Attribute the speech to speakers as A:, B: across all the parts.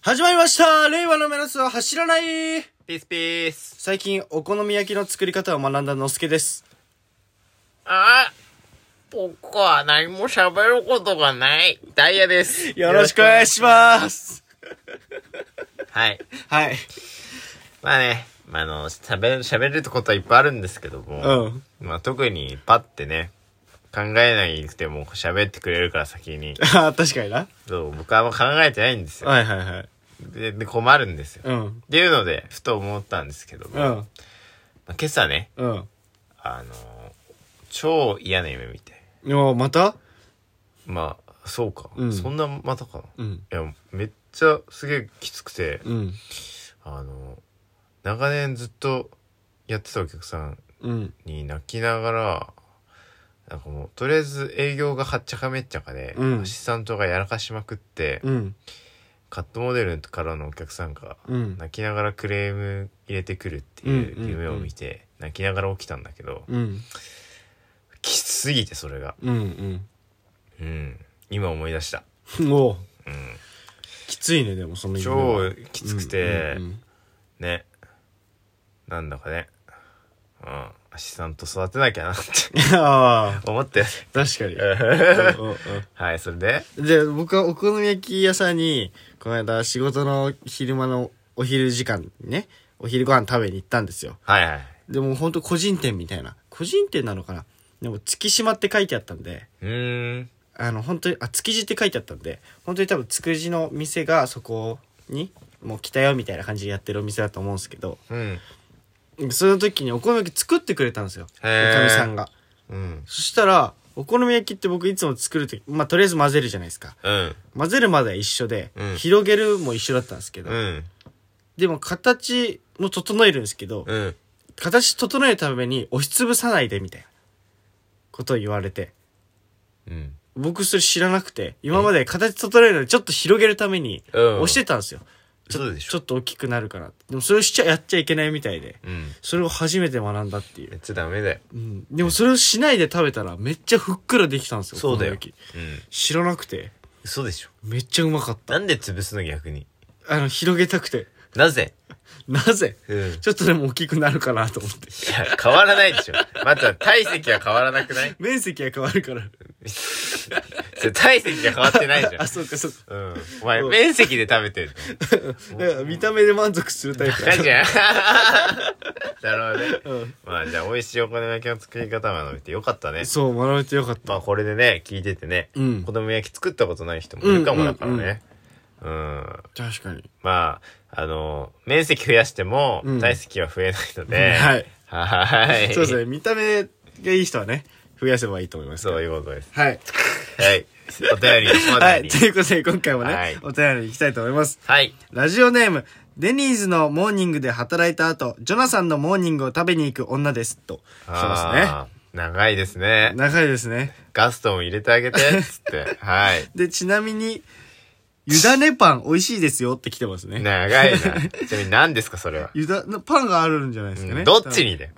A: 始まりました令和のメロスは走らない
B: ピースピース。
A: 最近お好み焼きの作り方を学んだのすけです。
B: あ僕は何も喋ることがない。ダイヤです。
A: よろしくお願いします。
B: はい。
A: はい。
B: まあね、まああの、喋る、喋ることはいっぱいあるんですけども、
A: うん。、
B: まあ特にパってね、考えないくても喋ってくれるから先に
A: あー確かにな。
B: そう、僕はあんま考えてないんですよ。
A: はいはいはい。
B: で、で困るんですよ。っ
A: うん。
B: ていうので、ふと思ったんですけども、
A: う
B: ま
A: ん。
B: あ今朝ね、
A: うん。
B: あの、超嫌な夢見て。
A: もうまた
B: まあ、そうか。
A: うん
B: そんなまたかな。
A: うん。
B: いや、めっちゃすげえきつくて、
A: うん。
B: あの、長年ずっとやってたお客さん
A: うん。
B: に泣きながら、なんかもう、とりあえず営業がはっちゃかめっちゃかで、
A: うん
B: アシスタントがやらかしまくって、
A: うん。
B: カットモデルからのお客さんが、
A: うん。
B: 泣きながらクレーム入れてくるって
A: うん
B: い
A: うん
B: う夢を見て、泣きながら起きたんだけど、
A: うん。
B: きつすぎてそれが。
A: うん。
B: うん。今思い出した。
A: うん。もう、
B: うん。
A: きついね、でもその夢は
B: 超きつくて、
A: うん
B: ねなんだかねうんアシスタント育てなきゃなって
A: うん。ああ、
B: 思って
A: 確かに。 うんうんうん
B: はいそれで
A: で、僕はお好み焼き屋さんに、この間仕事の昼間のお昼時間にね、お昼ご飯食べに行ったんですよ。
B: はいはい
A: でもほんと個人店みたいな。個人店なのかなでも月島って書いてあったんで、
B: うーん
A: あの本当に、あ、築地って書いてあったんで、本当に多分築地の店がそこに、もう来たよみたいな感じでやってるお店だと思うんですけど、
B: うん
A: その時にお好み焼き作ってくれたんですよ。お
B: へー
A: かみさんが。
B: うん
A: そしたら、お好み焼きって僕いつも作る時まあとりあえず混ぜるじゃないですか。
B: うん
A: 混ぜるまでは一緒で、
B: うん
A: 広げるも一緒だったんですけど、
B: うん
A: でも形も整えるんですけど、
B: うん
A: 形整えるために押しつぶさないでみたいなことを言われて、
B: うん
A: 僕それ知らなくて、今まで形整えるのにちょっと広げるために
B: うん
A: 押してたんですよ。ち
B: そう
A: ょ
B: でし
A: ちょ
B: ょ
A: っと大きくなるからって。でもそれをしちゃ、やっちゃいけないみたいで、
B: うん
A: それを初めて学んだっていう
B: や。っちゃダメだよ
A: うん、でもそれをしないで食べたらめっちゃふっくらできたんですよ。
B: そうだよ
A: この時
B: うん
A: 知らなくて、
B: そうでしょ
A: めっちゃうまかった。
B: なんで潰すの逆に
A: あの、広げたくて。
B: なぜ
A: なぜ
B: うんい
A: ちょっとでも大きくなるかなと思 って。
B: や変わらないでしょまた体積は変わらなく ない
A: 面積が変わるから。
B: それ体積が変わってないじゃ
A: あ、
B: ん
A: そうかそうか。
B: うんお前
A: うん
B: 面積で食べてるの
A: だから見た目で満足するタイプ
B: バ
A: だ
B: カじゃんなるほどね。
A: うん
B: まあじゃあ美味しいお好み焼きの作り方学べてよかったね。
A: そう、学べてよかった。
B: まあこれでね、聞いててね、
A: うん
B: お好み焼き作ったことない人もいるかもだからね。うん
A: 確かに。
B: まあ、あの、面積増やしても
A: うん、
B: 体積は増えないので。
A: はい。
B: はーい。
A: そうですね。見た目がいい人はね、増やせばいいと思います。
B: そういうことです。
A: はい。
B: はい。お便り、お
A: は
B: 便
A: い。
B: り
A: と。いうことで、今回も
B: は
A: ね
B: い、
A: お便り行きたいと思います。
B: はい。
A: ラジオネーム、デニーズのモーニングで働いた後、ジョナサンのモーニングを食べに行く女です。と、来てま
B: あー長いです
A: すね。。
B: ね
A: 長いですね。
B: ガストン入れてあげて、つって。はい。
A: で、ちなみに、ゆだねパン美味しいですよって来てますね。
B: 長いな。ちなみに何ですか、それは。
A: ゆだ、パンがあるんじゃないですかね。
B: どっちにだよ。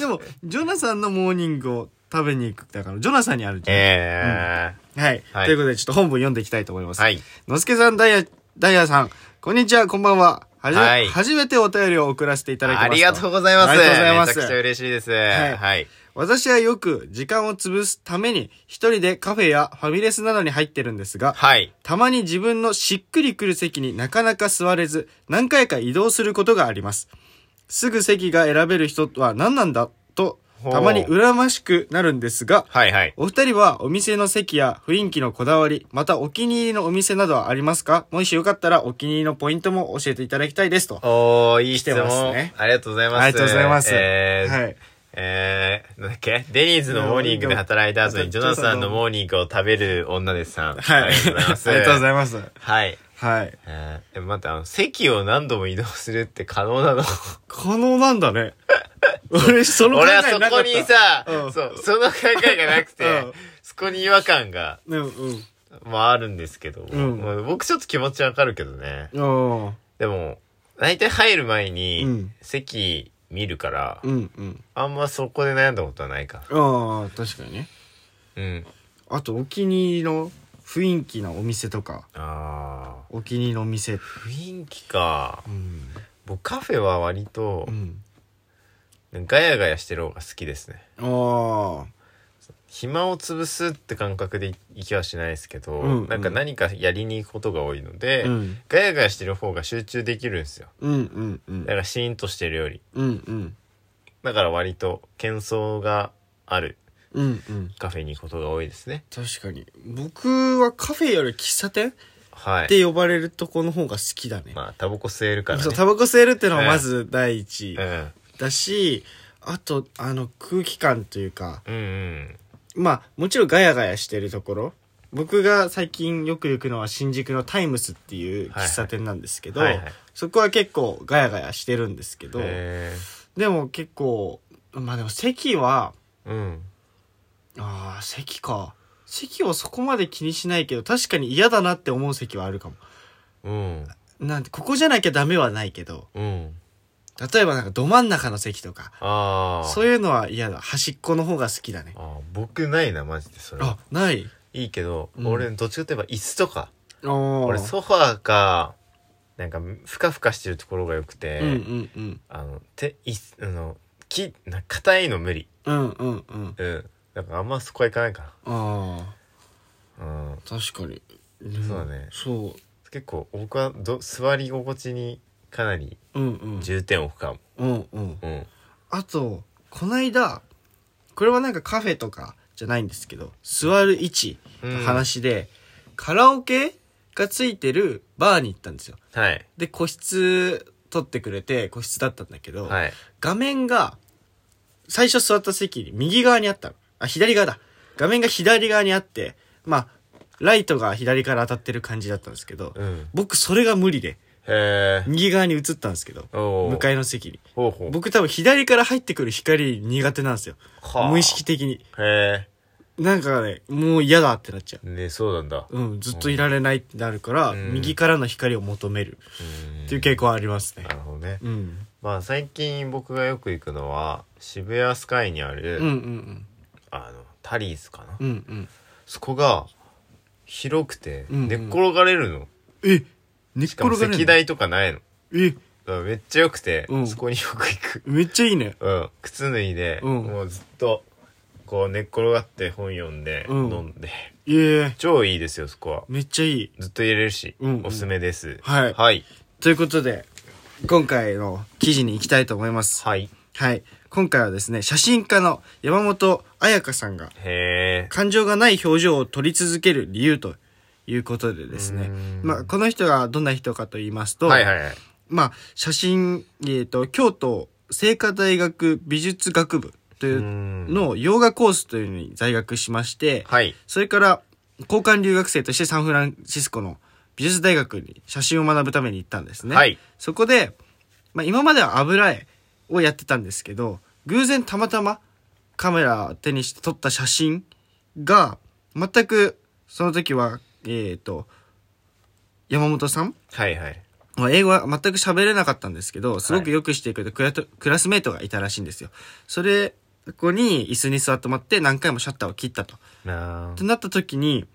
A: でも、ジョナサンのモーニングを食べに行くだから、ジョナサンにあるじゃん。
B: え
A: はい、
B: はい
A: ということで、ちょっと本文読んでいきたいと思います。
B: はい。
A: のすけさん、ダイヤ、ダイヤさん、こんにちは、こんばんは。はじめ、
B: はい
A: 初めてお便りを送らせていただきま
B: あ
A: した。
B: りがとうございます。
A: ありがとうございます
B: めちゃくちゃ嬉しいです。
A: い
B: はい。
A: 私はよく時間を潰すために、一人でカフェやファミレスなどに入ってるんですが、
B: はい。
A: たまに自分のしっくりくる席になかなか座れず、何回か移動することがあります。すぐ席が選べる人とは何なんだと、
B: ほう
A: たまに羨ましくなるんですが、
B: はいはい。
A: お二人はお店の席や雰囲気のこだわり、またお気に入りのお店などはありますかもしよかったらお気に入りのポイントも教えていただきたいですと。
B: おー、いい質
A: 来てます
B: 問。
A: ね
B: ありがとうございます。
A: ありがとうございます。
B: えー
A: はい。
B: えー、なんだっけデニーズのモーニングで働いた後に、ジョナサンのモーニングを食べる女ですさん。
A: はい。
B: ありがとうございます。
A: ありがとうござ
B: い
A: います。
B: ます。はい。
A: はい。
B: えー、でも待って、あの、席を何度も移動するって可能なの
A: 可能なんだ ね。俺、その考
B: 俺
A: えな
B: は
A: かった。
B: そこにさ、
A: うん
B: そう、その考えがなくて、
A: うん
B: そこに違和感が、
A: うんうん。
B: まああるんですけど、
A: うん
B: まあ僕ちょっと気持ちわかるけどね。
A: うん。
B: でも、大体入る前
A: う
B: に
A: ん、
B: 席見るから、
A: うんうん。
B: あんまそこで悩んだことはないか
A: ああ、確かにね。
B: な。うん。
A: あと、お気に入りの雰囲気のお店とか
B: あ
A: お気に入りのお店
B: ー雰囲気か
A: うん、
B: 僕カフェは割と
A: うん、
B: ガヤガヤしてる方が好きですね
A: ああ
B: 暇を潰すって感覚で行きはしないですけど、
A: うんうん
B: なんか何かやりに行くことが多いので、
A: うん
B: ガヤガヤしてる方が集中できるんですよ
A: うんうんうん
B: だからシーンとしてるより
A: うんうん
B: だから割と喧騒がある
A: うんうん
B: カフェに行くことが多いですね
A: 確かに僕はカフェより喫茶店っ
B: はい
A: て呼ばれるとこの方が好きだね,、
B: まあタバコ吸えるからね
A: そうタバコ吸えるってのはまず第一
B: うん
A: だし、あとあの空気感というか
B: うんうん
A: まあもちろんガヤガヤしてるところ僕が最近よく行くのは新宿のタイムスっていう喫茶店なんですけど、
B: はいはい
A: そこは結構ガヤガヤしてるんですけど、
B: へ
A: でも結構まあでも席は
B: えうん
A: ああ席か席をそこまで気にしないけど確かに嫌だなって思う席はあるかも
B: うん
A: なんてここじゃなきゃダメはないけど
B: うん
A: 例えばなんかど真ん中の席とか
B: ああ
A: そういうのは嫌だ端っこの方が好きだね
B: あー僕ないなマジでそれ
A: あない
B: いいけど、
A: うん
B: 俺どっちかといえば椅子とか
A: 俺
B: 俺ソファーかなんかふかふかしてるところがよくて、
A: うんうんうん
B: あのていあのきな硬いの無理
A: うんうんうん
B: うんだからあんまそこは行かないか
A: あ
B: なうん
A: あ確かに、
B: そうだね
A: そ
B: 結構僕はど座り心地にかなり
A: ううんうん
B: 重点を置くかも
A: うんうん
B: うん
A: あとこないだこれはなんかカフェとかじゃないんですけど座る位置の話で、カラオケがついてるバーに行ったんですよ
B: はい
A: で個室取ってくれて個室だったんだけど、
B: はい
A: 画面が最初座った席に右側にあったのあ左側だ画面が左側にあってまあライトが左から当たってる感じだったんですけど、
B: うん
A: 僕それが無理で
B: へえ
A: 右側に移ったんですけど
B: お
A: 向
B: お
A: かいの席に
B: ほうほう
A: 僕多分左から入ってくる光苦手なんですよ
B: はあ
A: 無意識的に
B: へ
A: なんかねもう嫌だってなっちゃ
B: えねそうなんだ
A: ううんずっといられないってなるから、
B: うん
A: 右からの光を求める
B: うん
A: っていう傾向はありますね
B: なるほどね
A: うん、
B: まあ最近僕がよく行くのは渋谷スカイにある、
A: うんうん
B: あのタリーズかな、
A: うんうんうん
B: そこが広くて
A: うんうん
B: 寝っ転がれるの、
A: え寝っ
B: しかも
A: 転がれ
B: 席
A: ない
B: 台とかないの
A: え
B: だからめっちゃ良くて、
A: うん
B: そこによく行く
A: めっちゃいいね
B: うん靴脱いで、
A: うん
B: もうずっとこう寝っ転がって本読んで、
A: うん
B: 飲んで
A: いえ
B: 超いいですよそこは
A: めっちゃいい
B: ずっと入れれるし、
A: うんうん
B: おすすめです
A: はい
B: はい
A: ということで今回の記事に行きたいと思います
B: はい
A: はい今回はですね写真家の山本彩香さんが
B: へえ
A: 感情がない表情を撮り続ける理由ということでです
B: う
A: ね
B: ん。
A: まあ、この人がどんな人かと言いますと、
B: はいはいはい
A: まあ、写真、えっ、と、京都聖華大学美術学部といううんのを洋画コースというのに在学しまして、
B: はい
A: それから交換留学生としてサンフランシスコの美術大学に写真を学ぶために行ったんですね。
B: はい
A: そこで、まあ、今までは油絵をやってたんですけど、偶然たまたまカメラを手にして撮った写真が、全くその時は、えっ、と、山本さん
B: はいはい
A: まあ英語は全く喋れなかったんですけど、すごくよくしていくとクラトクラスメートがいたらしいんですよ。それ、ここに椅子に座ってもらって何回もシャッターを切ったと。
B: なあ
A: ってなった時に、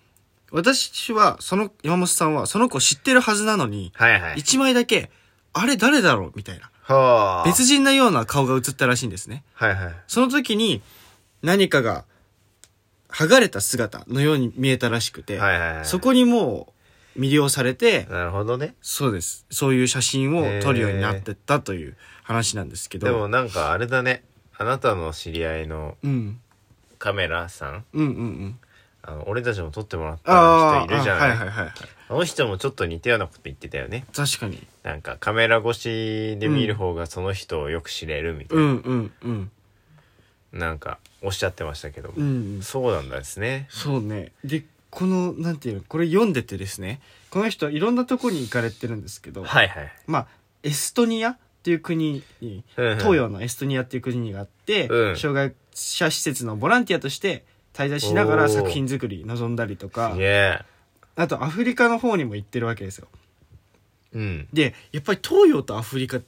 A: 私は、その、山本さんはその子を知ってるはずなのに、
B: はいはい
A: 一枚だけ、あれ誰だろうみたいな。
B: はあ
A: 別人なような顔が映ったらしいんですね。
B: はいはい
A: その時に、何かが、剥がれた姿のように見えたらしくて、
B: はいはいはい
A: そこにもう魅了されて、
B: なるほどね
A: そうです。そういう写真を撮るようになってったという話なんですけど。
B: でもなんかあれだねあなたの知り合いの
A: うん。
B: カメラさん
A: うんうんうん。
B: あの俺たちも撮ってもらっ
A: あ
B: た
A: あ、
B: 人いるじゃない
A: は
B: あ,、
A: いはいはいはい。
B: の人もちょっと似たようなこと言ってたよね
A: 確かに。
B: なんかカメラ越しで見る方がその人をよく知れるみたいうな、
A: んうんうん。
B: なんかおっしゃってましたけども、
A: うんうん。
B: そうなんですね
A: そうね。で、この、なんていうの、これ読んでてですね、この人いろんなとこに行かれてるんですけど、
B: はいはい
A: まあ、エストニアっていう国に、
B: うんうん
A: 東洋のエストニアっていう国があって、
B: うん
A: 障害者施設のボランティアとして滞在しなが
B: お
A: ら
B: ー
A: 作品作り臨んだりとか
B: い、え
A: あとアフリカの方にも行ってるわけですよ。
B: うん
A: で、やっぱり東洋とアフリカ違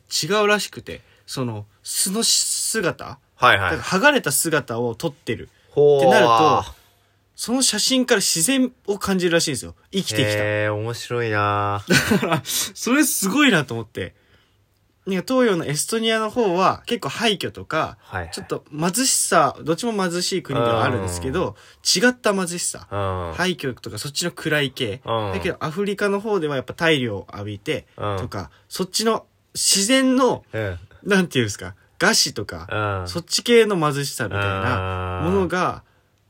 A: うらしくて、その素の姿、
B: はいはい
A: だから剥がれた姿を撮ってる。
B: ほ
A: ってなるとその写真から自然を感じるらしいんですよ。生きてきた。
B: へえ、面白いな
A: それすごいなと思って。なんか東洋のエストニアの方は結構廃墟とか、
B: はいはい
A: ちょっと貧しさ、どっちも貧しい国ではあるんですけど、違った貧しさ。
B: うん。
A: 廃墟とかそっちの暗い系。
B: うん
A: だけどアフリカの方ではやっぱ太陽を浴びて、
B: うん
A: とか、そっちの自然の、
B: うん。
A: なんていうんですか、餓死とか、
B: うん。
A: そっち系の貧しさみたいなものが、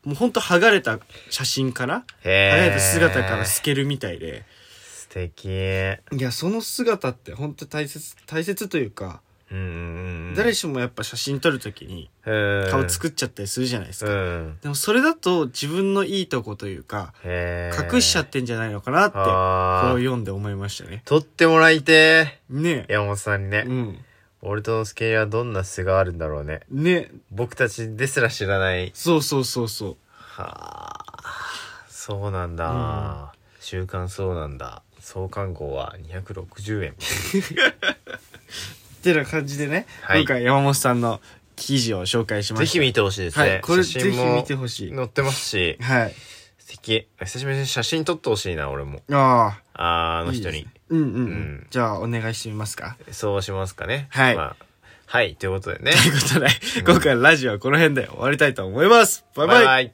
A: もうほんと剥がれた写真から、剥
B: へ
A: が
B: え。
A: れた姿から透けるみたいで、
B: 素敵。
A: いや、その姿って本当大切、大切というか、
B: うんうんうん。
A: 誰しもやっぱ写真撮るときに顔
B: 顔
A: 作っちゃったりするじゃないです
B: う
A: か。
B: ん。
A: でもそれだと自分のいいとこというか、
B: へえ。
A: 隠しちゃってんじゃないのかなって、これ
B: あー
A: を読んで思いましたね。
B: 撮ってもらいて
A: ね
B: ー。山本さんにね。
A: うん。
B: 俺とのスケにはどんな素があるんだろうね。
A: ね。
B: 僕たちですら知らない。
A: そうそうそうそう。
B: はあ。そうなんだ。週刊そうなんだ。創刊号は260円。
A: ってな感じでね、
B: はい
A: 今回山本さんの記事を紹介しま
B: ぜ
A: した。
B: ひ見てほしいです
A: は
B: ね。
A: いこれ
B: 写真も
A: ぜひ見てほしい
B: 載ってますし。
A: はい。
B: 素敵。久しぶりに写真撮ってほしいな、俺も。
A: ああ。
B: あーあの人
A: いい
B: に
A: です。うんうん、うん、
B: うん
A: じゃあお願いしてみますか。
B: そうしますかね。
A: はい
B: まあ、はい、ということでね。
A: ということで、今回のラジオはこの辺で終わりたいと思います。バイバイ。
B: バイ